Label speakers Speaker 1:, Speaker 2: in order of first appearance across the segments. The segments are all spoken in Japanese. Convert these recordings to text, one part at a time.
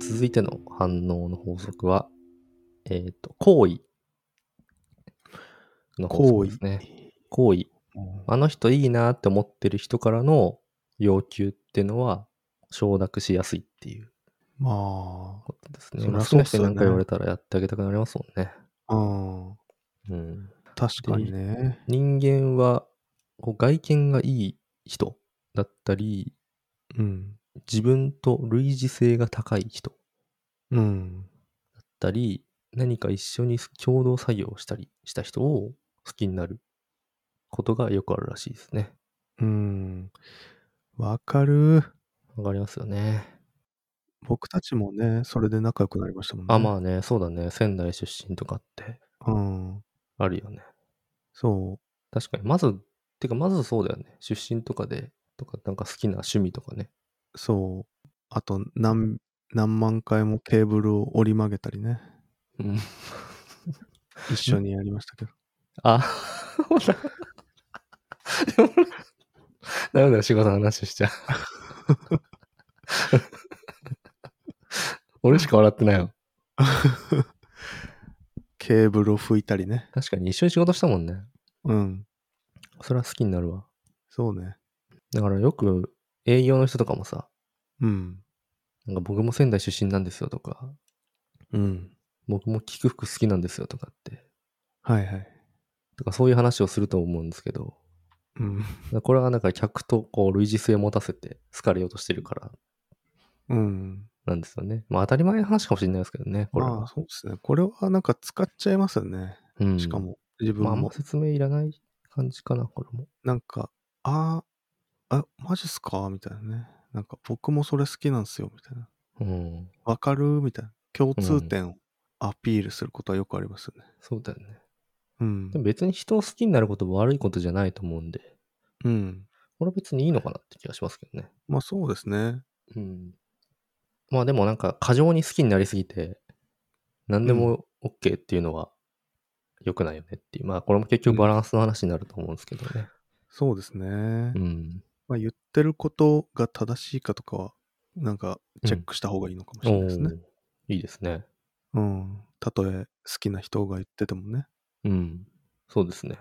Speaker 1: 続いての反応の法則は、えっ、と、行為の法則ですね。行為。あの人いいなって思ってる人からの要求っていうのは承諾しやすいっていう
Speaker 2: ま
Speaker 1: ことですね。
Speaker 2: そりゃ
Speaker 1: まあ
Speaker 2: そうっ
Speaker 1: 好き
Speaker 2: すよ
Speaker 1: な人に何
Speaker 2: ね
Speaker 1: か言われたらやってあげたくなりますもんね。
Speaker 2: あ、うん。
Speaker 1: うん、
Speaker 2: 確かにね。
Speaker 1: 人間はこう外見がいい人だったり、
Speaker 2: うん。
Speaker 1: 自分と類似性が高い人だ
Speaker 2: うん。
Speaker 1: ったり、何か一緒に共同作業をしたりした人を好きになることがよくあるらしいですね。
Speaker 2: うん。わかる。
Speaker 1: わかりますよね。
Speaker 2: 僕たちもね、それで仲良くなりましたもんね。
Speaker 1: あ、まあね、そうだね。仙台出身とかって
Speaker 2: あ。うん。
Speaker 1: あるよね。
Speaker 2: そ
Speaker 1: 確かに。まず、てか、まずそうだよね。出身とかで、とか、なんか好きな趣味とかね。
Speaker 2: う。そう。あと、何、何万回もケーブルを折り曲げたりね。
Speaker 1: うん。
Speaker 2: 一緒にやりましたけど。
Speaker 1: あ、ほら。でもダメだよ、仕事の話 しちゃう。俺しか笑ってないよ。
Speaker 2: ケーブルを拭いたりね。
Speaker 1: 確かに一緒に仕事したもんね。
Speaker 2: うん。
Speaker 1: それは好きになるわ。
Speaker 2: そうね。
Speaker 1: だからよく営業の人とかもさ、
Speaker 2: うん。
Speaker 1: なんか僕も仙台出身なんですよとか、
Speaker 2: うん。
Speaker 1: 僕も着る服好きなんですよとかって、
Speaker 2: はいはい。
Speaker 1: とかそういう話をすると思うんですけど、
Speaker 2: うん。
Speaker 1: これはなんか客とこう類似性を持たせて好かれようとしてるから
Speaker 2: うん。
Speaker 1: なんですよね。まあ当たり前の話かもしれないですけどね、これは。
Speaker 2: まあ、そうですね。これはなんか使っちゃいますよね。
Speaker 1: うん、
Speaker 2: しか。も、自分
Speaker 1: まああん
Speaker 2: も
Speaker 1: ま。説明いらない感じかな、これも。
Speaker 2: なんか、あー、あ、マジっすかみたいなね。なんか、僕もそれ好きなんすよ、みたいな。
Speaker 1: うん。
Speaker 2: わかるみたいな。共通点をアピールすることはよくありますよね。
Speaker 1: そうだよね。
Speaker 2: うん
Speaker 1: で。も別に人を好きになることも悪いことじゃないと思うんで、
Speaker 2: うん。
Speaker 1: これは別にいいのかなって気がしますけどね。
Speaker 2: まあ、そうですね。
Speaker 1: うん。まあでもなんか過剰に好きになりすぎて、何でも OK っていうのは良くないよねっていう。まあこれも結局バランスの話になると思うんですけどね。
Speaker 2: そうですね。
Speaker 1: うん。
Speaker 2: まあ、言ってることが正しいかとかは、なんか、チェックした方がいいのかもしれないですね。
Speaker 1: おーいいですね。
Speaker 2: うん。たとえ、好きな人が言っててもね。
Speaker 1: うん。そうですね。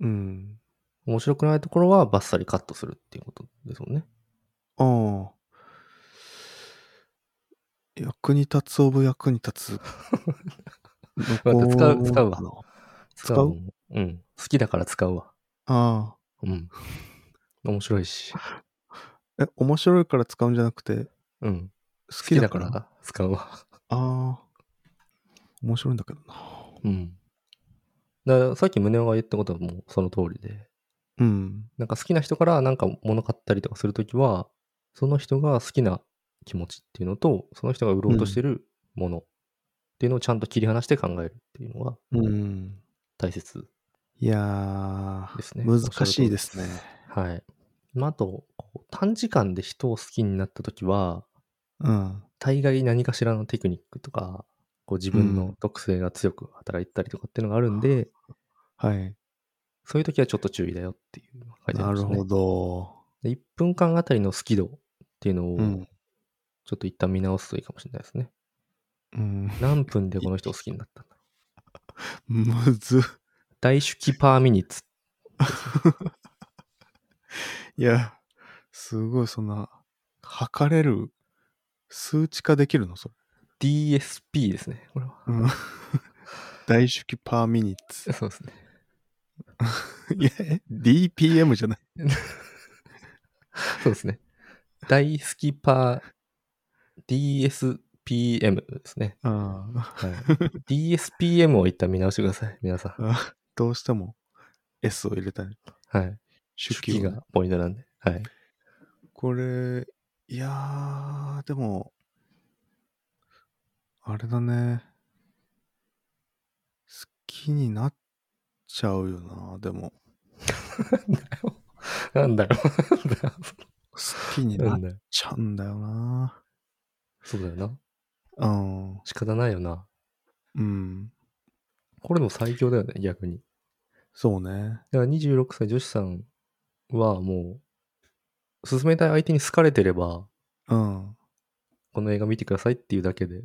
Speaker 2: うん。
Speaker 1: 面白くないところはバッサリカットするっていうことですもんね。
Speaker 2: ああ。役に立つオブ役に立つ。
Speaker 1: 待って使う使うわ
Speaker 2: わ。
Speaker 1: 使うのもうん。好きだから使うわ。
Speaker 2: あ
Speaker 1: うん。 面白いし。
Speaker 2: あ。え、面白いから使うんじゃなくて、
Speaker 1: うん。
Speaker 2: 好
Speaker 1: 好
Speaker 2: き
Speaker 1: き
Speaker 2: だ
Speaker 1: だ
Speaker 2: か。
Speaker 1: から
Speaker 2: あ
Speaker 1: ら使うわ。
Speaker 2: あ。面白いんだけどな。
Speaker 1: うん。だからさっき宗男が言ったことはもうその通りで。
Speaker 2: うん。
Speaker 1: なんか好きな人からなんか物買ったりとかするときは、その人が好きな気持ちっていうのと、その人が売ろうとしてるものっていうのをちゃんと切り離して考えるっていうのが
Speaker 2: うん。
Speaker 1: 大切
Speaker 2: いやー
Speaker 1: ですね。
Speaker 2: 難しいですね。
Speaker 1: はい。まあ、あと、こう短時間で人を好きになったときは、
Speaker 2: うん。
Speaker 1: 大概何かしらのテクニックとか、こう自分
Speaker 2: う
Speaker 1: の
Speaker 2: ん
Speaker 1: 特性が強く働いてたりとかっていうのがあるんで、
Speaker 2: はい。
Speaker 1: そういうときはちょっと注意だよっていうのが書いてあり
Speaker 2: な
Speaker 1: ま
Speaker 2: る
Speaker 1: したね。
Speaker 2: ほど。
Speaker 1: で1分間あたりの好き度っていうのを、
Speaker 2: うん。
Speaker 1: ちょっと一旦見直すといいかもしれないですね。
Speaker 2: うん。
Speaker 1: 何分でこの人を好きになったんだろう。
Speaker 2: むず。
Speaker 1: 大手キパーミニッツ。
Speaker 2: いや、すごい、そんな、測れる、数値化できるのそれ。
Speaker 1: DSP ですね。これは。
Speaker 2: うん。大手記パーミニッツ。
Speaker 1: そうですね。
Speaker 2: いや、え DPM じゃない。
Speaker 1: そうですね。大好きパー DSPM ですね。
Speaker 2: ああ
Speaker 1: はい、DSPM を一旦見直してください。皆さん。
Speaker 2: あどうしても S を入れたい。
Speaker 1: はい。
Speaker 2: 手
Speaker 1: 手記
Speaker 2: 記が。
Speaker 1: がポイントなんで。はい。
Speaker 2: これ、いやー、でも、あれだね。好きになっちゃうよな、でも。
Speaker 1: なんだろう。なんだろ
Speaker 2: 好きに
Speaker 1: う。な
Speaker 2: なっ
Speaker 1: んだよ。
Speaker 2: ちゃうんだよな。
Speaker 1: そうだよな。
Speaker 2: うん。
Speaker 1: 仕方ないよな。
Speaker 2: うん。
Speaker 1: これでも最強だよね、逆に。
Speaker 2: そうね。
Speaker 1: だから26歳女子さんはもう、進めたい相手に好かれてれば、
Speaker 2: うん。
Speaker 1: この映画見てくださいっていうだけで、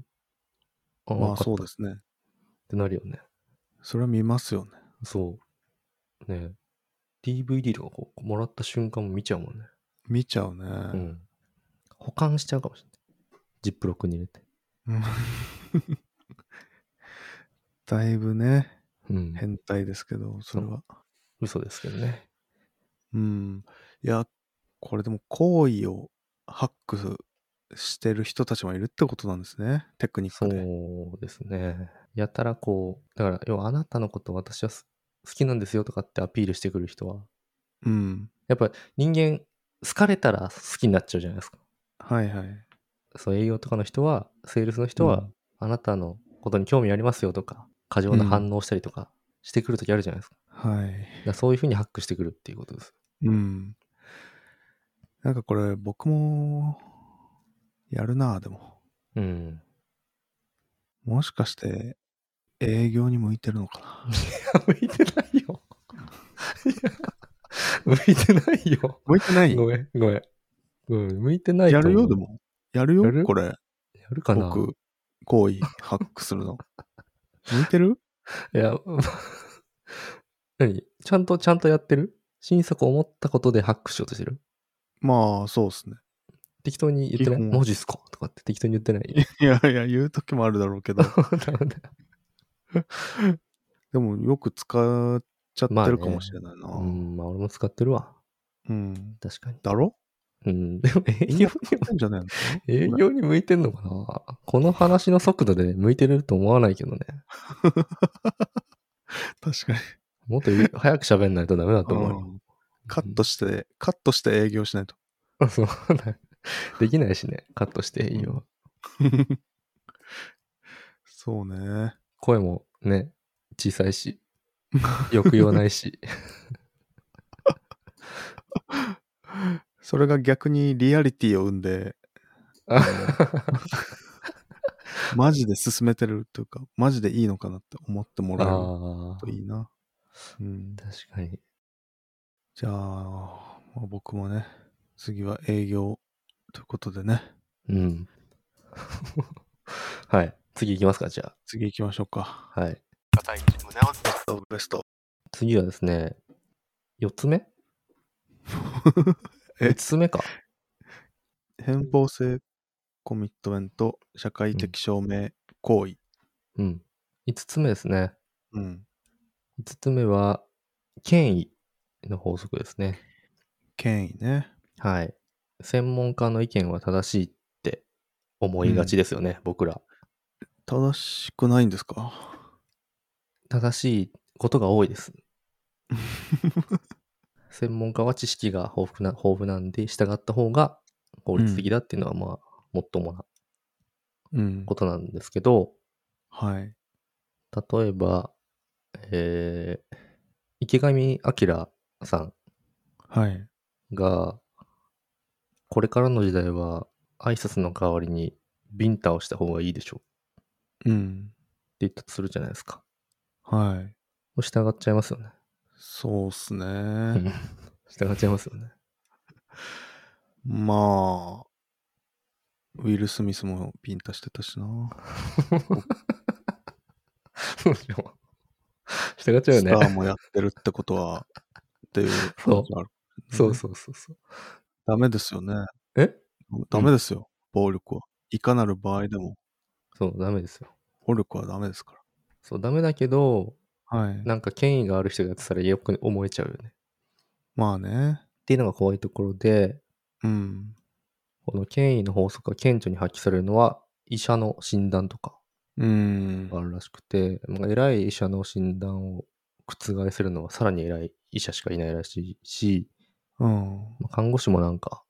Speaker 1: あ
Speaker 2: ま
Speaker 1: わ
Speaker 2: あ
Speaker 1: かった
Speaker 2: そう
Speaker 1: っ
Speaker 2: ですね。
Speaker 1: てなるよね。
Speaker 2: それは見ますよね。
Speaker 1: そう。ね DVD とかこうもらった瞬間も見ちゃうもんね。
Speaker 2: 見ちゃう
Speaker 1: う
Speaker 2: ね。
Speaker 1: ん。保管しちゃうかもしれない。ジップロックに入れて。
Speaker 2: うん だいぶね、
Speaker 1: うん。
Speaker 2: 変態ですけど、それは。
Speaker 1: 嘘ですけどね。
Speaker 2: うん。いや、これでも行為をハックしてる人たちもいるってことなんですね。テクニッ
Speaker 1: そ
Speaker 2: クで。
Speaker 1: うですね。やたらこう、だから、要はあなたのこと私はす好きなんですよとかってアピールしてくる人は、
Speaker 2: うん。
Speaker 1: やっぱ人間、好かれたら好きになっちゃうじゃないですか。
Speaker 2: はいはい。
Speaker 1: そう、営業とかの人は、セールスの人は、
Speaker 2: うん
Speaker 1: あなたのことに興味ありますよとか、過剰な反応したりとかしてくるときあるじゃないですか。
Speaker 2: はい。
Speaker 1: だからそういうふうにハックしてくるっていうことです。
Speaker 2: うん。なんかこれ、僕も、やるなぁ、でも。
Speaker 1: うん。
Speaker 2: もしかして、営業に向いてるのかな
Speaker 1: 向いてないよ。いや、向いてないよ。
Speaker 2: 向いてない
Speaker 1: ごめん、ごめん。うん、向いてないと
Speaker 2: や
Speaker 1: 思
Speaker 2: る
Speaker 1: う
Speaker 2: よ、で。も。やるよ、
Speaker 1: やる
Speaker 2: これ。
Speaker 1: やるかな。
Speaker 2: 僕、行為、ハックするの。向いてる
Speaker 1: いや、ま何ちゃんと、ちゃんとやってる審査を思ったことでハックしようとしてる
Speaker 2: まあ、そうっすね。
Speaker 1: 適当に言ってない
Speaker 2: 基本
Speaker 1: マジっすかとかって適当に言ってない
Speaker 2: いやいや、言う時もあるだろうけど。
Speaker 1: なんだよ
Speaker 2: でも、よく使っちゃって
Speaker 1: まあね
Speaker 2: るかもしれないな。
Speaker 1: うん、まあ俺も使ってるわ。
Speaker 2: うん。
Speaker 1: 確かに。
Speaker 2: だろ
Speaker 1: うん、でも営
Speaker 2: みん
Speaker 1: 業
Speaker 2: な使ってんじゃないの
Speaker 1: 営業に向いてんのかなこの話の速度で向いてると思わないけどね。
Speaker 2: 確かに。
Speaker 1: もっと ゆ早く喋んないとダメだと思うよ。
Speaker 2: うんカットして、カットして営業しないと。
Speaker 1: うん。 そうだできないしね、カットして営業は。
Speaker 2: そうね。
Speaker 1: 声もね、小さい し、よく言わないし。
Speaker 2: それが逆にリアリティを生んで、
Speaker 1: あ
Speaker 2: マジで進めてるというか、マジでいいのかなって思ってもらえる
Speaker 1: あ
Speaker 2: といいな。うん、
Speaker 1: 確かに。
Speaker 2: じゃあ、まあ僕もね、次は営業ということでね、
Speaker 1: うん。 はい。次行きますか、じゃ
Speaker 2: 次行きましょうか。
Speaker 1: あ。はい。
Speaker 2: 肩一胸をベストベスト。
Speaker 1: 次はですね、4つ目
Speaker 2: え
Speaker 1: ?5 つ目か。
Speaker 2: 変貌性コミットメント、社会的証明行為。
Speaker 1: うん。5つ目ですね。
Speaker 2: うん。
Speaker 1: 5つ目は、権威の法則ですね。
Speaker 2: 権威ね。
Speaker 1: はい。専門家の意見は正しいって思いがちですよね、僕ら。
Speaker 2: 正しくないんです か
Speaker 1: 正しいことが多いです。専門家は知識が豊富な豊富なんで、従った方が効率的だっていうのは、まあ、もっともな
Speaker 2: うん
Speaker 1: ことなんですけど、
Speaker 2: はい。
Speaker 1: 例えば、えー、池上彰さん
Speaker 2: はい。
Speaker 1: が、これからの時代は挨拶の代わりにビンタをした方がいいでしょう
Speaker 2: うん。
Speaker 1: って言ったとするじゃないですか。
Speaker 2: はい。
Speaker 1: もう従っちゃいますよね。
Speaker 2: そうっすね。
Speaker 1: 従っちゃいますよね。
Speaker 2: まあ、ウィル・スミスもビンタしてたしな。
Speaker 1: そうでしょ 従っちゃうよ
Speaker 2: スター
Speaker 1: ね。
Speaker 2: もやってるってことは、っていう
Speaker 1: そう
Speaker 2: 話がある
Speaker 1: そうそうそうそう。
Speaker 2: ダメですよね。
Speaker 1: え
Speaker 2: ダメですよ、暴力は。いかなる場合でも、
Speaker 1: そう、ダメですよ。
Speaker 2: 暴力はダメですか
Speaker 1: そう、ダメだけど、
Speaker 2: ら。はい。
Speaker 1: なんか権威がある人がやってたらよく思えちゃうよね。
Speaker 2: まあね。
Speaker 1: っていうのが怖いところで、
Speaker 2: うん。
Speaker 1: この権威の法則が顕著に発揮されるのは、医者の診断とか
Speaker 2: うん
Speaker 1: が。あるらしくて、まあ、偉い医者の診断を覆せるのはさらに偉い医者しかいないらしいし、
Speaker 2: うん。
Speaker 1: まあ看護師もなんか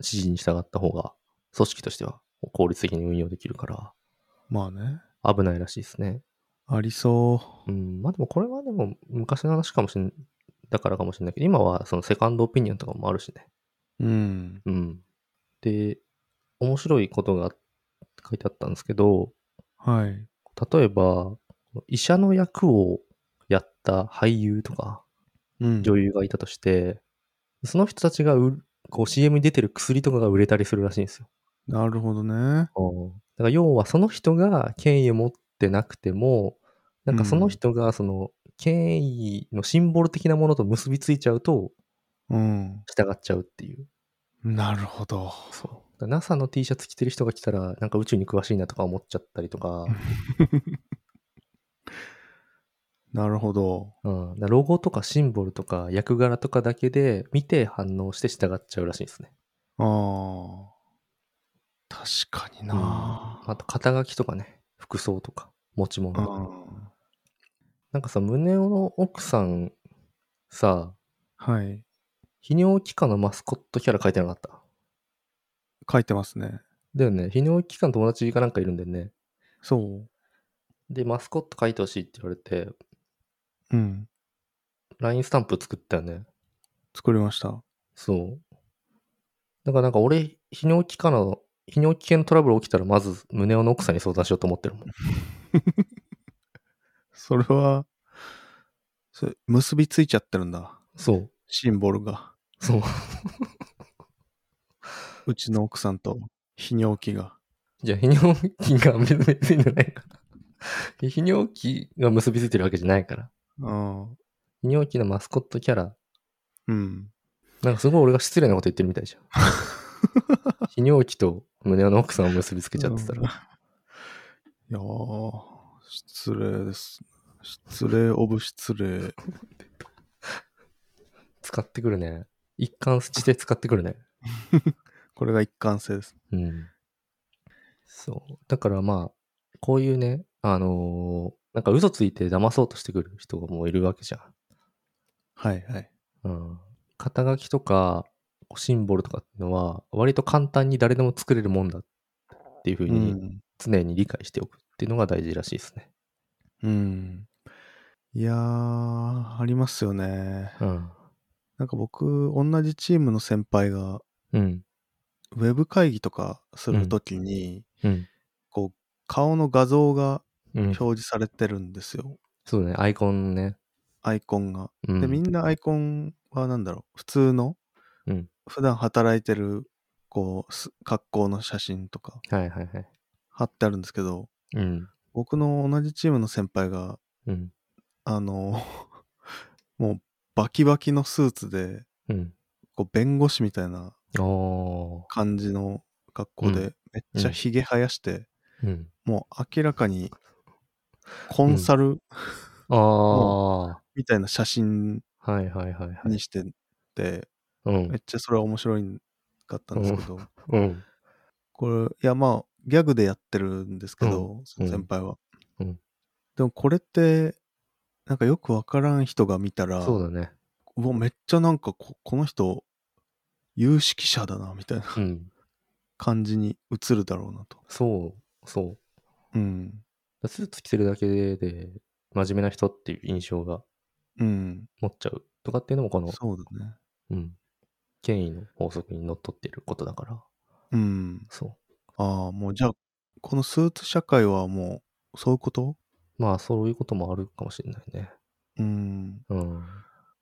Speaker 1: 指示に従った方が組織としては効率的に運用できるから
Speaker 2: まあね。
Speaker 1: 危ないらしいですね。
Speaker 2: ありそ
Speaker 1: うん、まあでもこれはでも昔の話かもしん、だからかもしれないけど、今はそのセカンドオピニオンとかもあるしね。
Speaker 2: う。うん。
Speaker 1: うん。で、面白いことが書いてあったんですけど、
Speaker 2: はい。
Speaker 1: 例えば、医者の役をやった俳優とか
Speaker 2: うん。
Speaker 1: 女優がいたとして、その人たちがうこう CM に出てる薬とかが売れたりするらしいんですよ。
Speaker 2: なるほどね。
Speaker 1: うんだから要はその人が権威を持ってなくても、なんかその人がその権威のシンボル的なものと結びついちゃうと
Speaker 2: うん。
Speaker 1: 従っちゃうっていう。
Speaker 2: なるほど。
Speaker 1: そう。だから NASA の T シャツ着てる人が来たら、なんか宇宙に詳しいなとか思っちゃったりとか、
Speaker 2: なるほど。
Speaker 1: うん、だからロゴとかシンボルとか役柄とかだけで見て反応して従っちゃうらしいですね。
Speaker 2: ああ。確かにな。
Speaker 1: あと肩書きとかね、服装とか持ち物
Speaker 2: う
Speaker 1: とか。
Speaker 2: ん。
Speaker 1: なんかさ、胸男の奥さんさ、
Speaker 2: はい。
Speaker 1: 泌尿器科のマスコットキャラ書いてなかった
Speaker 2: 書いてますね。
Speaker 1: だよね。泌尿器科の友達かなんかいるんだよね。
Speaker 2: そう。
Speaker 1: で、マスコット書いてほしいって言われて、
Speaker 2: うん。
Speaker 1: LINE スタンプ作ったよね。
Speaker 2: 作りました。
Speaker 1: そう。だからなんか俺、泌尿器科の、泌尿器系のトラブル起きたらまず胸の奥さんに相談しようと思ってるもん。
Speaker 2: それは、それ結びついちゃってるんだ。
Speaker 1: そう。
Speaker 2: シンボルが。
Speaker 1: そう。
Speaker 2: うちの奥さんと泌尿器が。
Speaker 1: じゃあ、泌尿器が結びついてないから。泌尿器が結びついてるわけじゃないから。
Speaker 2: うん。
Speaker 1: 泌尿器のマスコットキャラ。
Speaker 2: うん。
Speaker 1: なんかすごい俺が失礼なこと言ってるみたいじゃ ん。泌尿器と胸の奥さんを結びつけちゃってたら。
Speaker 2: いやー、失礼です。失礼オブ失礼。
Speaker 1: 使ってくるね。一貫して使ってくるね。
Speaker 2: これが一貫性です。
Speaker 1: うん。そう。だからまあ、こういうね、あのーなんか嘘ついて騙そうとしてくる人がもういるわけじゃ
Speaker 2: はいはい。
Speaker 1: ん。うん。肩書きとか、シンボルとかっていうのは、割と簡単に誰でも作れるもんだっていうふう
Speaker 2: う
Speaker 1: に、
Speaker 2: ん。
Speaker 1: 常に理解しておくっていうのが大事らしいですね。
Speaker 2: うん。いやー、ありますよね。
Speaker 1: うん。
Speaker 2: なんか僕、同じチームの先輩が、
Speaker 1: うん。
Speaker 2: ウェブ会議とかするときに、
Speaker 1: うん。
Speaker 2: こう、顔の画像が
Speaker 1: うん。
Speaker 2: 表示されてるんですよ。
Speaker 1: そうだね、アイコンね。
Speaker 2: アイコンが。
Speaker 1: う
Speaker 2: で、み
Speaker 1: ん。
Speaker 2: んなアイコンはなんだろう、普通の、
Speaker 1: うん
Speaker 2: 普段働いてる、こう、す格好の写真とか
Speaker 1: はいはいはい。
Speaker 2: 貼ってあるんですけど、
Speaker 1: うん。
Speaker 2: 僕の同じチームの先輩が、
Speaker 1: うん。
Speaker 2: あの、 もうバキバキのスーツで、
Speaker 1: うん。
Speaker 2: こう、弁護士みたいな
Speaker 1: お
Speaker 2: 感じの格好で、
Speaker 1: う
Speaker 2: めっちゃひげ生やして、
Speaker 1: ー。うん。
Speaker 2: もう明らかにコンサル
Speaker 1: ああ。は
Speaker 2: みたいな写真
Speaker 1: いはいはいはい。
Speaker 2: にしてて、
Speaker 1: うん
Speaker 2: めっ。ちゃそれは面白いんかったんですけど、
Speaker 1: うん。
Speaker 2: これいやまあギャグでやってるんですけど、その先輩は、
Speaker 1: うん
Speaker 2: でもこれってなんかよくわからん人が見たら
Speaker 1: そうだね。
Speaker 2: うわめっちゃなんかここの人有識者だなみたいな
Speaker 1: うん。
Speaker 2: 感じに映るだろうなと
Speaker 1: そう、そ
Speaker 2: うん
Speaker 1: う。スーツ着てるだけで、真面目な人っていう印象が
Speaker 2: うん
Speaker 1: 持っちゃうとかっていうのも、この、
Speaker 2: そうだね
Speaker 1: うん。権威の法則にのっとっていることだから、
Speaker 2: うん
Speaker 1: そ
Speaker 2: ああもうじゃあこのスーツ社会はもうそういうこと
Speaker 1: う。まあ、そういうこともあるかもしれないね。
Speaker 2: うん
Speaker 1: うん。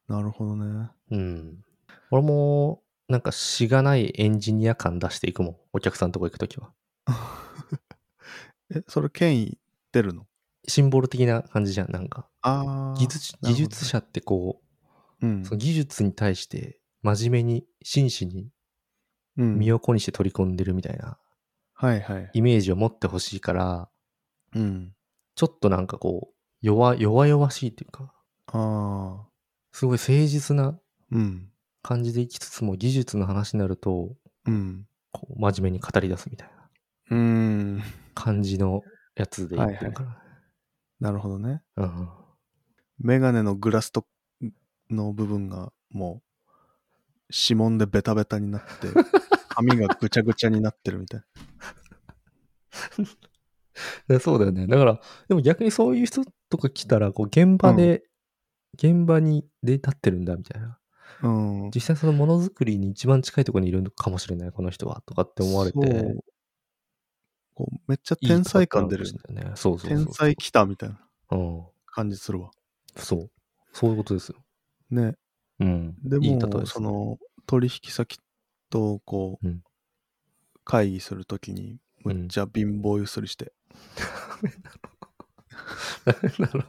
Speaker 2: なるほどね
Speaker 1: うん。俺も、なんか、しがないエンジニア感出していくもん。お客さんとこ行くときは。
Speaker 2: えそれ権威出るの
Speaker 1: シンボル的な感じじゃん、なんか。
Speaker 2: ああ
Speaker 1: 技術
Speaker 2: なるほどね
Speaker 1: 技術者ってこう、
Speaker 2: うん
Speaker 1: その技術に対して真面目に、真摯に、
Speaker 2: うん
Speaker 1: 身を粉にして取り込んでるみたいな
Speaker 2: はいはい
Speaker 1: イメージを持ってほしいから、
Speaker 2: うん
Speaker 1: ちょっとなんかこう、弱、弱々しいというか、
Speaker 2: ああ、
Speaker 1: すごい誠実な
Speaker 2: うん、
Speaker 1: 感じでいきつつも技術の話になると、
Speaker 2: うん、
Speaker 1: こう、真面目に語り出すみたいな
Speaker 2: うーん、
Speaker 1: 感じのやつで言ってるから。
Speaker 2: なるほどね。
Speaker 1: うん。
Speaker 2: メガネのグラスとの部分がもう指紋でベタベタに なって、髪がぐちゃぐちゃになってるみたい
Speaker 1: でそうだよね。だから、でも逆にそういう人とか来たら、こう、現場で、現場にで立ってるんだみたいな。
Speaker 2: な。うん。
Speaker 1: 実際そのものづくりに一番近いところにいるのかもしれない、この人は、とかって思われて。
Speaker 2: そうこうめっちゃ
Speaker 1: いいとこ
Speaker 2: 天才感出る
Speaker 1: だ。ったんだよね。そうそうそう
Speaker 2: 天才来たみたいな
Speaker 1: うん。
Speaker 2: 感じするわ。
Speaker 1: そう。そういうことですよ。
Speaker 2: ね。
Speaker 1: うん。
Speaker 2: で
Speaker 1: いい
Speaker 2: も、
Speaker 1: 例えです
Speaker 2: その取引先とこう、
Speaker 1: うん
Speaker 2: 会議するときに、むっちゃ貧乏ゆすり して、
Speaker 1: なる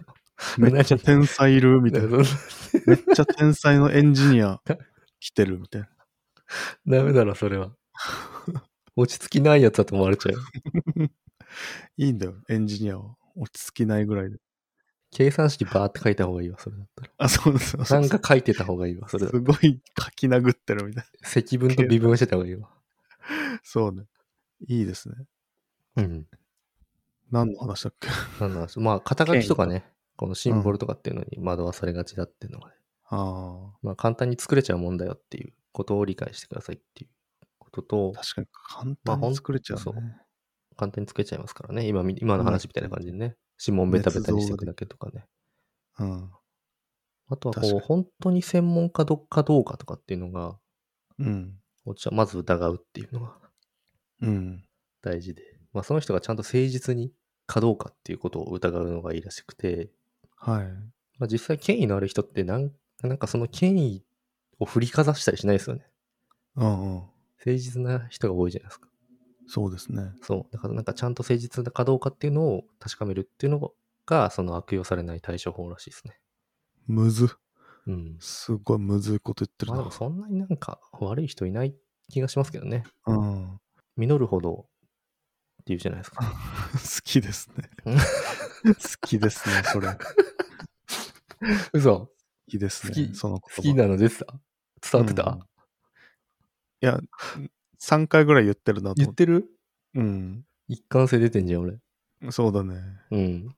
Speaker 2: めっちゃ天才いるみたいな。
Speaker 1: ほど。
Speaker 2: めっちゃ天才のエンジニア来てるみたいな。
Speaker 1: ダメだろ、それは。落ち着きないやつだと思われちゃうよ。
Speaker 2: いいんだよ、エンジニアは。落ち着きないぐらいで。
Speaker 1: 計算式バーって書いた方がいいわ、それだった
Speaker 2: あ、そうそうそ
Speaker 1: ら。
Speaker 2: う。
Speaker 1: なんか書いてた方がいいわ、そ
Speaker 2: す
Speaker 1: れだったら
Speaker 2: ごい書き殴ってるみたい
Speaker 1: 積分と微分してた方がいいわ。
Speaker 2: な。そうね。いいですね。
Speaker 1: うん。
Speaker 2: 何の話だっけ
Speaker 1: なんなんですまあ、肩書きとかね、このシンボルとかっていうのに惑わされがちだっていうのがね、
Speaker 2: あ
Speaker 1: まあ、簡単に作れちゃうもんだよっていうことを理解してくださいっていうことと
Speaker 2: あ、、確かに
Speaker 1: まあ
Speaker 2: 簡単
Speaker 1: ほん
Speaker 2: に作れちゃう、ね
Speaker 1: そう簡単に作れちゃいますからね、今み、今の話みたいな感じでね、指紋ベタベタにしていくだけとかね。
Speaker 2: うん。
Speaker 1: あとはこ
Speaker 2: 確か
Speaker 1: う、
Speaker 2: に
Speaker 1: 本当に専門家どかどうかとかっていうのが、
Speaker 2: うん。
Speaker 1: お茶、まず疑うっていうのが
Speaker 2: うん。
Speaker 1: 大事で、まあ、その人がちゃんと誠実にかどうかっていうことを疑うのがいいらしくて、
Speaker 2: はい。
Speaker 1: まあ、実際権威のある人ってなん、なんかその権威を振りかざしたりしないですよね。
Speaker 2: うんうん。
Speaker 1: 誠実な人が多いじゃないですか。
Speaker 2: そうですね。
Speaker 1: そう。だからなんかちゃんと誠実かどうかっていうのを確かめるっていうのが、その悪用されない対処法らしいですね。
Speaker 2: むず。
Speaker 1: うん。
Speaker 2: すごいむずいこと言ってる
Speaker 1: まあで
Speaker 2: な
Speaker 1: も。そんなになんか悪い人いない気がしますけどね。
Speaker 2: うん。 好
Speaker 1: 実るほどっていうじゃないですか。
Speaker 2: きですね。
Speaker 1: うん
Speaker 2: 好きですね、それ。好
Speaker 1: 嘘
Speaker 2: きです
Speaker 1: 好き
Speaker 2: ね、その言葉。
Speaker 1: 好きなのですか伝わってた、
Speaker 2: うんいや、3回ぐらい言ってるなと
Speaker 1: 言
Speaker 2: 思
Speaker 1: っ
Speaker 2: って。
Speaker 1: てる
Speaker 2: うん。
Speaker 1: 一貫性出てんじゃん、俺。
Speaker 2: そうだね。
Speaker 1: うん。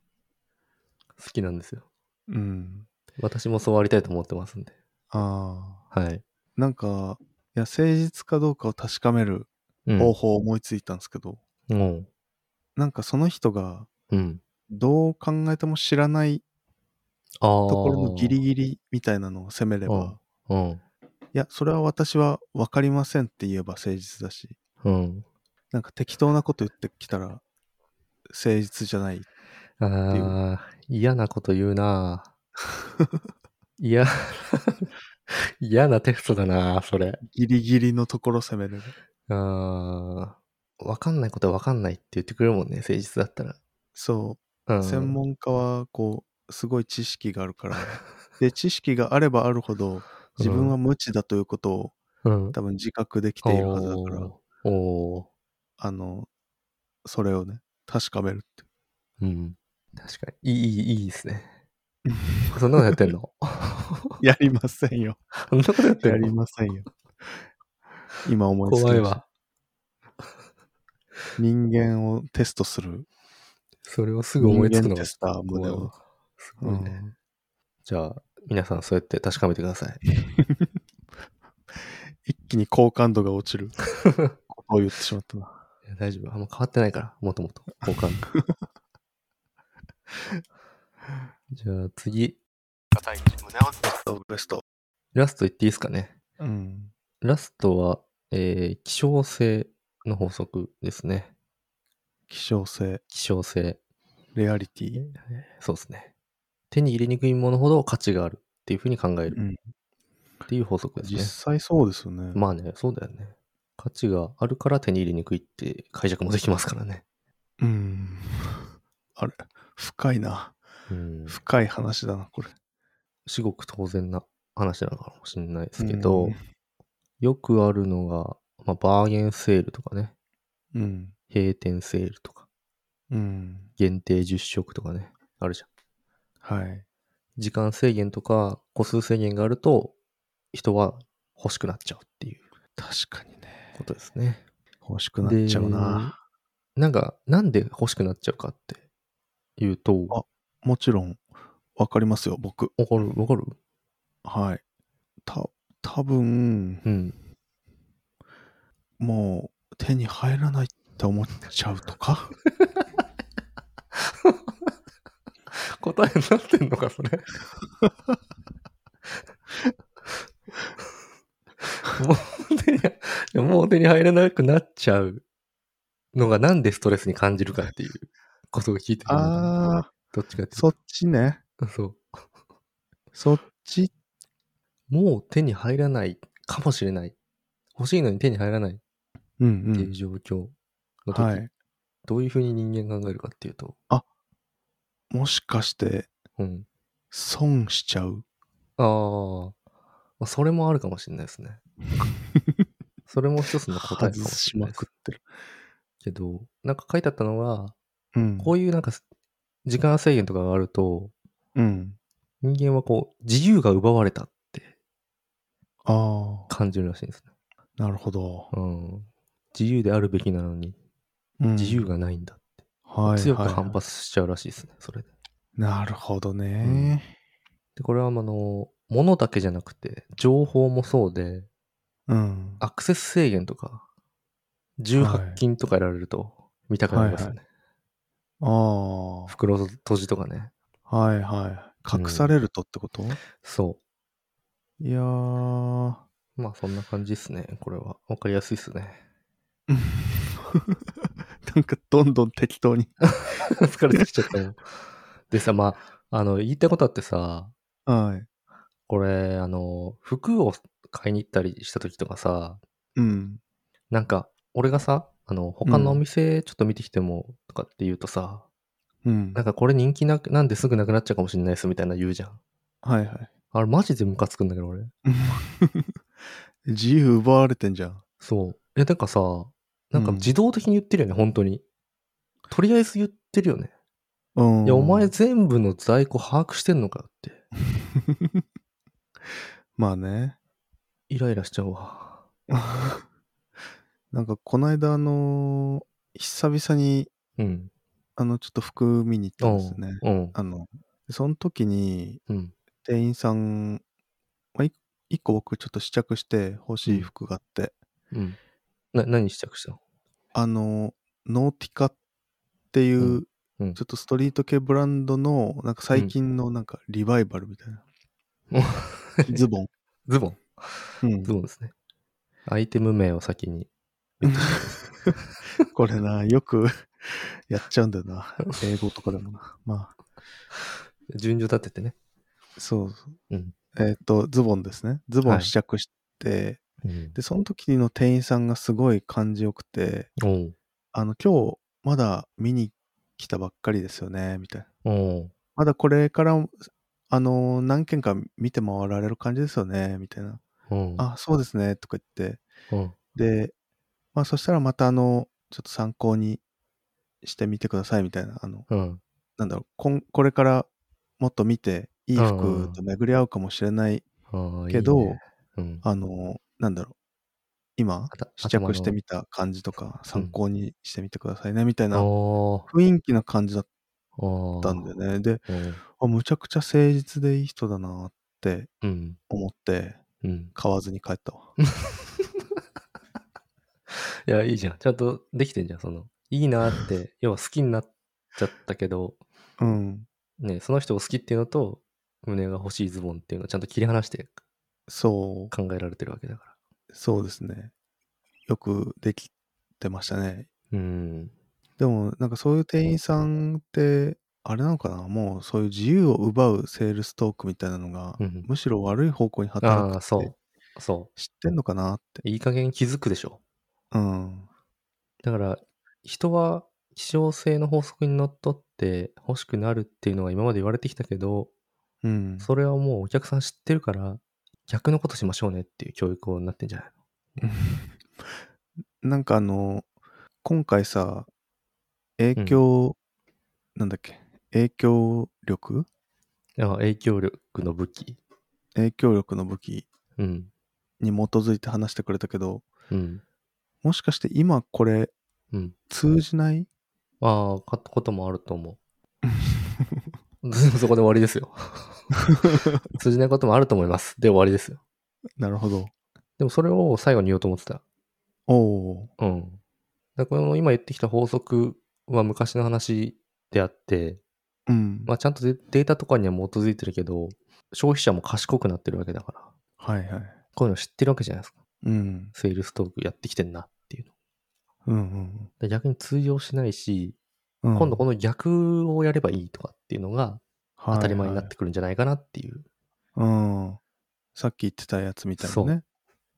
Speaker 1: 好きなんですよ。
Speaker 2: うん。
Speaker 1: 私もそうありたいと思ってますんで。
Speaker 2: あ
Speaker 1: はい。
Speaker 2: あ。なんか、いや、誠実かどうかを確かめる
Speaker 1: うん。
Speaker 2: 方法を思いついたんですけど、
Speaker 1: うん。
Speaker 2: なんかその人が
Speaker 1: うん。
Speaker 2: どう考えても知らない
Speaker 1: ああ。
Speaker 2: ところのギリギリみたいなのを責めれば、
Speaker 1: うん。
Speaker 2: いや、それは私は分かりませんって言えば誠実だし、
Speaker 1: うん。
Speaker 2: なんか適当なこと言ってきたら誠実じゃない。
Speaker 1: ああ、嫌なこと言うな。 嫌、嫌なテストだな、それ。
Speaker 2: ギリギリのところ攻めれる。
Speaker 1: ああ、わかんないことはわかんないって言ってくれるもんね、誠実だったら。
Speaker 2: そ
Speaker 1: う
Speaker 2: う。
Speaker 1: ん、
Speaker 2: 専門家はこうすごい知識があるからで知識があればあるほど自分は無知だということを
Speaker 1: うん、
Speaker 2: 多分自覚できているはずだから、
Speaker 1: おーお
Speaker 2: あのそれをね確かめる って
Speaker 1: ーうん。確かに。いい、いい、いいですね。 そんなことやってん の
Speaker 2: やりませんよ
Speaker 1: そんなことやって
Speaker 2: や
Speaker 1: ん
Speaker 2: り
Speaker 1: の
Speaker 2: ませんよ今思いつきま
Speaker 1: 怖い
Speaker 2: した
Speaker 1: わ。
Speaker 2: 人間をテストする
Speaker 1: それをすぐ思いつくの
Speaker 2: 人間テ
Speaker 1: が
Speaker 2: スター
Speaker 1: 怖い
Speaker 2: 胸を
Speaker 1: わ。すごいね。じゃあ、皆さんそうやって確かめてください。
Speaker 2: 一気に好感度が落ちることを言ってしまったない
Speaker 1: や大丈夫。あんま変わってないから、もともと。好感度。 じゃあ次、
Speaker 2: ベスト、
Speaker 1: ラストいっていいですかね。
Speaker 2: うん、
Speaker 1: ラストは、えー、希少性の法則ですね。
Speaker 2: 希少性
Speaker 1: 希少性。
Speaker 2: レアリティ
Speaker 1: そうですね。手に入れにくいものほど価値があるっていうふうに考え
Speaker 2: う
Speaker 1: る
Speaker 2: ん
Speaker 1: っていう法則ですね
Speaker 2: 実。際そうですよね、
Speaker 1: まあね、そうだよね。価値があるから手に入れにくいって解釈もできますからね。
Speaker 2: うーん。あれ、深いな。
Speaker 1: うん。
Speaker 2: 深い話だな、これ。
Speaker 1: 至極当然な話なのかもしれないですけど、
Speaker 2: うん
Speaker 1: よくあるのが、まあ、バーゲンセールとかね、
Speaker 2: うん。
Speaker 1: 閉店セールとか、
Speaker 2: うん。
Speaker 1: 限定10食とかね、あるじゃん。
Speaker 2: はい。
Speaker 1: 時間制限とか、個数制限があると、人は欲しくなっちゃうっていう
Speaker 2: 確かにね。
Speaker 1: ことですね。
Speaker 2: 欲しくなっちゃうな。
Speaker 1: なんか、なんで欲しくなっちゃうかって言うと、
Speaker 2: あもちろん、わかりますよ、僕。
Speaker 1: わかるわかる
Speaker 2: はい。た、多分
Speaker 1: うん。
Speaker 2: もう、手に入らないって思っちゃうとか
Speaker 1: 答えになってんのか、それ。もう手に、いやもう手に入らなくなっちゃうのがなんでストレスに感じるかっていうことを聞いてるのかな
Speaker 2: ああ、
Speaker 1: どっちかっていう
Speaker 2: そっちね。
Speaker 1: とそう。
Speaker 2: そっち。
Speaker 1: もう手に入らないかもしれない。欲しいのに手に入らないっ
Speaker 2: うんう。
Speaker 1: っていうん状況の時、
Speaker 2: はい。
Speaker 1: どういうふうに人間考えるかっていうと、
Speaker 2: もしかして、
Speaker 1: うん。
Speaker 2: 損しちゃう。
Speaker 1: あーまあ、それもあるかもしれないです ね。それも一つの答え
Speaker 2: 外
Speaker 1: かもし
Speaker 2: し
Speaker 1: れな
Speaker 2: ま
Speaker 1: いです
Speaker 2: くってる。
Speaker 1: けど、なんか書いてあったのが、
Speaker 2: うん。
Speaker 1: こういうなんか時間制限とかがあると、
Speaker 2: うん。
Speaker 1: 人間はこう、自由が奪われたって
Speaker 2: あ
Speaker 1: 感じるらしいんですね。
Speaker 2: あ、なるほど。
Speaker 1: うん。自由であるべきなのに、
Speaker 2: うん
Speaker 1: 自由がないんだって。
Speaker 2: はい
Speaker 1: 強く
Speaker 2: はいはい
Speaker 1: 反発しちゃうらしいですね、それで。
Speaker 2: なるほどね。
Speaker 1: で、これはあの、物だけじゃなくて、情報もそうで、
Speaker 2: うん。
Speaker 1: アクセス制限とか、重発禁とかやられると見たくなりますよね。
Speaker 2: ああ。
Speaker 1: 袋閉じとかね。
Speaker 2: はいはい。隠されるとってこと、
Speaker 1: そ
Speaker 2: いやー。
Speaker 1: う。まあそんな感じですね、これは。わかりやすいですね。
Speaker 2: なんかどんどん適当に。
Speaker 1: 疲れてきちゃったよ。でさ、まあ、あの、言いたいことあってさ、
Speaker 2: はい。
Speaker 1: これ、あの、服を買いに行ったりした時とかさ、
Speaker 2: うん。
Speaker 1: なんか、俺がさ、あの、他のお店ちょっと見てきても、とかって言うとさ、
Speaker 2: うん。
Speaker 1: な
Speaker 2: は
Speaker 1: んかこれ人気なく、なんですぐなくなっちゃうかもしれないですみたいな言うじゃん。
Speaker 2: いはい。
Speaker 1: あれマジでムカつくんだけど俺。
Speaker 2: 自由奪われてんじゃん。
Speaker 1: そう。え、なんかさ、なんか
Speaker 2: うん
Speaker 1: 自動的に言ってるよね、本当に。とりあえず言ってるよね。
Speaker 2: うん。
Speaker 1: いや、お前。全部の在庫把握してんのかよって。
Speaker 2: まあね。
Speaker 1: イライラしちゃうわ。
Speaker 2: なんかこの間あのー久々に
Speaker 1: うん。
Speaker 2: あのちょっと服見に行ったんですよね。
Speaker 1: うん。
Speaker 2: あの、その時に
Speaker 1: うん。
Speaker 2: 店員さん、まあ、い一個僕ちょっと試着して欲しい服があって、
Speaker 1: うん。な、何試着したの
Speaker 2: あの、ノーティカっていう、
Speaker 1: うんうん
Speaker 2: ちょっとストリート系ブランドの、なんか最近のなんかリバイバルみたいな。 ズボン。
Speaker 1: ズボン。
Speaker 2: うん
Speaker 1: ズボンですね。アイテム名を先に。
Speaker 2: これな、よく やっちゃうんだよな。英語とかでもな。まあ、
Speaker 1: 順序立ててね。
Speaker 2: そうそう。
Speaker 1: うん
Speaker 2: えっ、と、ズボンですね。ズボ
Speaker 1: は
Speaker 2: ン
Speaker 1: い
Speaker 2: 試着して、
Speaker 1: うん
Speaker 2: で、その時の店員さんがすごい感じよくて、
Speaker 1: おう
Speaker 2: あの、今日まだ見に来たばっかりですよね、みたいな。
Speaker 1: おう
Speaker 2: まだこれから、あの、何件か見て回られる感じですよね、みたいな。
Speaker 1: うん。
Speaker 2: あ、そうですね、とか言って。
Speaker 1: うん。
Speaker 2: で、まあそしたらまたあの、ちょっと参考にしてみてくださいみたいな、あの、
Speaker 1: うん。
Speaker 2: なんだろう、こんこれからもっと見て、いい
Speaker 1: うんうん
Speaker 2: 服と巡り合うかもしれない
Speaker 1: ああ、いいね
Speaker 2: けど、
Speaker 1: うん。
Speaker 2: あの、なんだろう、
Speaker 1: あ
Speaker 2: 今、
Speaker 1: た
Speaker 2: 試着し
Speaker 1: 頭
Speaker 2: て
Speaker 1: の
Speaker 2: みた感じとか、参考にしてみてくださいね、みたいな
Speaker 1: あ
Speaker 2: 雰囲気な感じだっ
Speaker 1: あ。ああ。
Speaker 2: たんだよね。で、
Speaker 1: うん。
Speaker 2: あ、むちゃくちゃ誠実でいい人だなって
Speaker 1: うん。
Speaker 2: 思って、
Speaker 1: うん。
Speaker 2: 買わずに帰ったわ。
Speaker 1: いや、いいじゃん。ちゃんとできてんじゃん、その。いいなー って、要は好きになっちゃったけど、
Speaker 2: うん。
Speaker 1: ね、その人を好きっていうのと、胸が欲しいズボンっていうのをちゃんと切り離して
Speaker 2: そう。
Speaker 1: 考えられてるわけだか
Speaker 2: そうですね。よくできてましたね。
Speaker 1: ら。うん。
Speaker 2: でも、なんかそういう店員さんって、あれなのかなもうそういう自由を奪うセールストークみたいなのが、
Speaker 1: うん、
Speaker 2: むしろ悪い方向に働
Speaker 1: あ
Speaker 2: く
Speaker 1: あ、
Speaker 2: っ
Speaker 1: そ
Speaker 2: て
Speaker 1: う。そ
Speaker 2: 知ってんのかなって。
Speaker 1: う。いい加減気づくでしょ。
Speaker 2: うん。
Speaker 1: だから、人は希少性の法則にのっとって欲しくなるっていうのが今まで言われてきたけど、
Speaker 2: うん。
Speaker 1: それはもうお客さん知ってるから、逆のことしましょうねっていう教育になってんじゃない
Speaker 2: なんかあの、今回さ、影響、なんだっけ、影響力
Speaker 1: のあ影響力の武器。
Speaker 2: 影響力の武器
Speaker 1: うん。
Speaker 2: に基づいて話してくれたけど、
Speaker 1: うん。
Speaker 2: もしかして今これ
Speaker 1: うん。
Speaker 2: 通 じない
Speaker 1: ああ、買ったこともあると思う。 そこで終わりですよ。通じないこともあると思います。で終わりですよ。
Speaker 2: なるほど。
Speaker 1: でもそれを最後に言おうと思ってた。
Speaker 2: おお。
Speaker 1: うん。だからこの今言ってきた法則は昔の話であって、
Speaker 2: うん。
Speaker 1: まあ、ちゃんとデデータとかには基づいてるけど、消費者も賢くなってるわけだから、
Speaker 2: はいはい。
Speaker 1: こういうの知ってるわけじゃないですか。
Speaker 2: うん。
Speaker 1: セールストークやってきてんなっていうの。
Speaker 2: うんうん
Speaker 1: で逆に通用しないし、
Speaker 2: うん。
Speaker 1: 今度この逆をやればいいとかっていうのが
Speaker 2: 当
Speaker 1: 当たり前になってくるんじゃないかなっていう、
Speaker 2: うん。さっき言ってたやつみたいなね。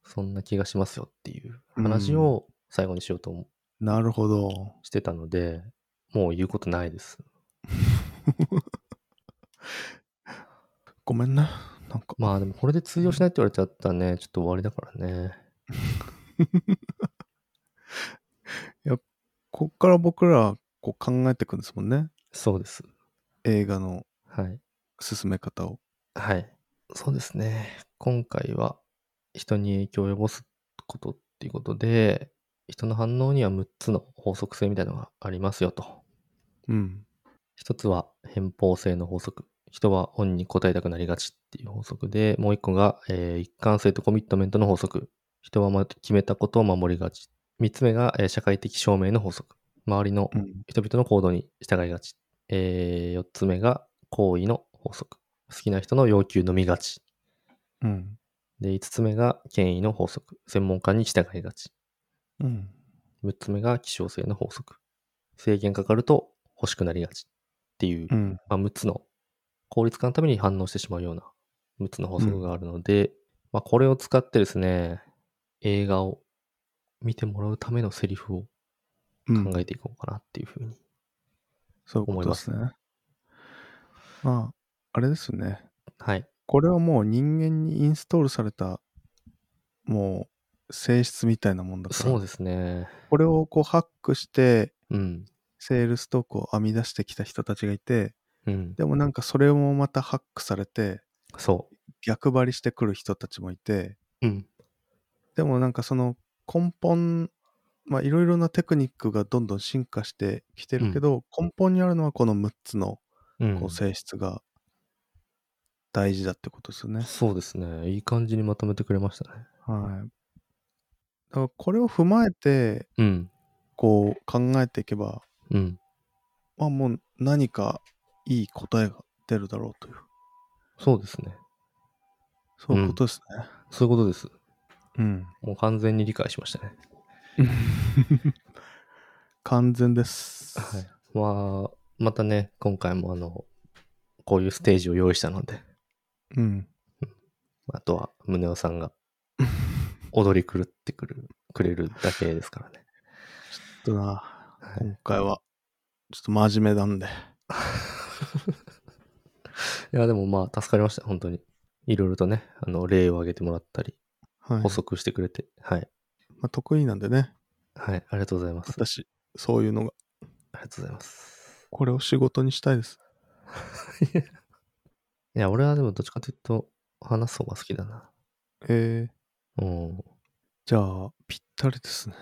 Speaker 1: そんな気がしますよっていう話を最後にしようと
Speaker 2: なるほど。
Speaker 1: してたので、もう言うことないです。
Speaker 2: ごめんな。なんか、
Speaker 1: まあでもこれで通用しないって言われちゃったらね、ちょっと終わりだからね。
Speaker 2: こっから僕らこう考えていくんですもんね。
Speaker 1: そうです。
Speaker 2: 映画の
Speaker 1: はい。
Speaker 2: 進め方を。
Speaker 1: はい。そうですね。今回は人に影響を及ぼすことっていうことで、人の反応には6つの法則性みたいなのがありますよと。
Speaker 2: うん。
Speaker 1: 一つは偏方性の法則。人は恩に応えたくなりがちっていう法則で、もう一個が、えー一貫性とコミットメントの法則。人はま決めたことを守りがち。三つ目が、えー社会的証明の法則。周りの
Speaker 2: うん。
Speaker 1: 人々の行動に従いがち。え4つ目が行為の法則。好きな人の要求のみがち。
Speaker 2: うん。
Speaker 1: で、5つ目が権威の法則。専門家に従いがち。
Speaker 2: うん。
Speaker 1: 6つ目が希少性の法則。制限かかると欲しくなりがち。っていう、
Speaker 2: うん。
Speaker 1: まあ、6つの効率化のために反応してしまうような6つの法則があるので、まあ、これを使ってですね、映画を見てもらうためのセリフを
Speaker 2: うん
Speaker 1: 考えていこうかなっていうふうに。
Speaker 2: そういうことですね。
Speaker 1: 思い
Speaker 2: まあ、あれですね。
Speaker 1: はい。
Speaker 2: これはもう人間にインストールされた、もう性質みたいなもんだから、
Speaker 1: そうですね。
Speaker 2: これをこうハックして、
Speaker 1: うん。
Speaker 2: セールストークを編み出してきた人たちがいて、
Speaker 1: うん。
Speaker 2: でもなんかそれもまたハックされて、
Speaker 1: そ
Speaker 2: 逆張りしてくる人たちもいて、
Speaker 1: う。うん。
Speaker 2: でもなんかその根本、まあいろいろなテクニックがどんどん進化してきてるけど、根本にあるのはこの6つの
Speaker 1: うん
Speaker 2: こう性質が大事だってことですよね。
Speaker 1: そうですね。いい感じにまとめてくれましたね。
Speaker 2: はい。だからこれを踏まえて、
Speaker 1: うん。
Speaker 2: こう考えていけば、
Speaker 1: うん。
Speaker 2: まあもう何かいい答えが出るだろうという、
Speaker 1: そうですね。
Speaker 2: そういうことですね。
Speaker 1: そういうことです。
Speaker 2: うん。
Speaker 1: もう完全に理解しましたね。
Speaker 2: 完全です。
Speaker 1: はい。 まあ、またね、今回もあの、こういうステージを用意したので、
Speaker 2: うん。
Speaker 1: あとは、宗男さん が踊り狂ってくる、くれるだけですからね。
Speaker 2: ちょっとな、
Speaker 1: はい
Speaker 2: 今回は、ちょっと真面目なんで。
Speaker 1: いや、でもまあ、助かりました。本当に。いろいろとね、あの、例を挙げてもらったり、
Speaker 2: はい
Speaker 1: 補。足してくれて、はい。
Speaker 2: まあ、得意なんでね、
Speaker 1: はい。ありがとうございます。あ
Speaker 2: 私、そういうのが、
Speaker 1: りがとうございます。
Speaker 2: これを仕事にしたいです。
Speaker 1: いや、俺はでもどっちかというと、話す方が好きだな。
Speaker 2: えー、
Speaker 1: うん。
Speaker 2: じゃあ、ぴったりですね。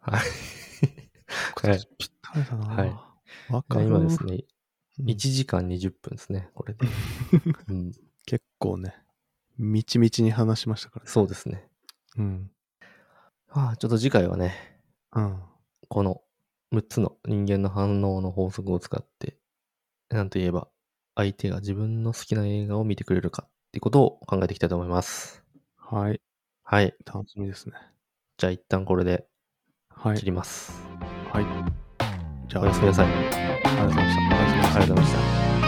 Speaker 1: はい。
Speaker 2: 今年ぴったりだな。
Speaker 1: はい
Speaker 2: わかる
Speaker 1: 今です ね、
Speaker 2: うん
Speaker 1: 1時間20分ですね、これ で。うん、
Speaker 2: 結構ね、みちみちに話しましたからね。
Speaker 1: そうですね。
Speaker 2: うん。
Speaker 1: ああ、ちょっと次回はね、
Speaker 2: うん。
Speaker 1: この6つの人間の反応の法則を使って、なんといえば、相手が自分の好きな映画を見てくれるかっていうことを考えていきたいと思います。
Speaker 2: はい。
Speaker 1: はい。
Speaker 2: 楽しみですね。
Speaker 1: じゃあ一旦これで
Speaker 2: はい
Speaker 1: 切。ります。
Speaker 2: はい。じゃあ、
Speaker 1: おやすみなさい。あり
Speaker 2: ありがとうございました。あり
Speaker 1: が
Speaker 2: がとうございました
Speaker 1: とうございました。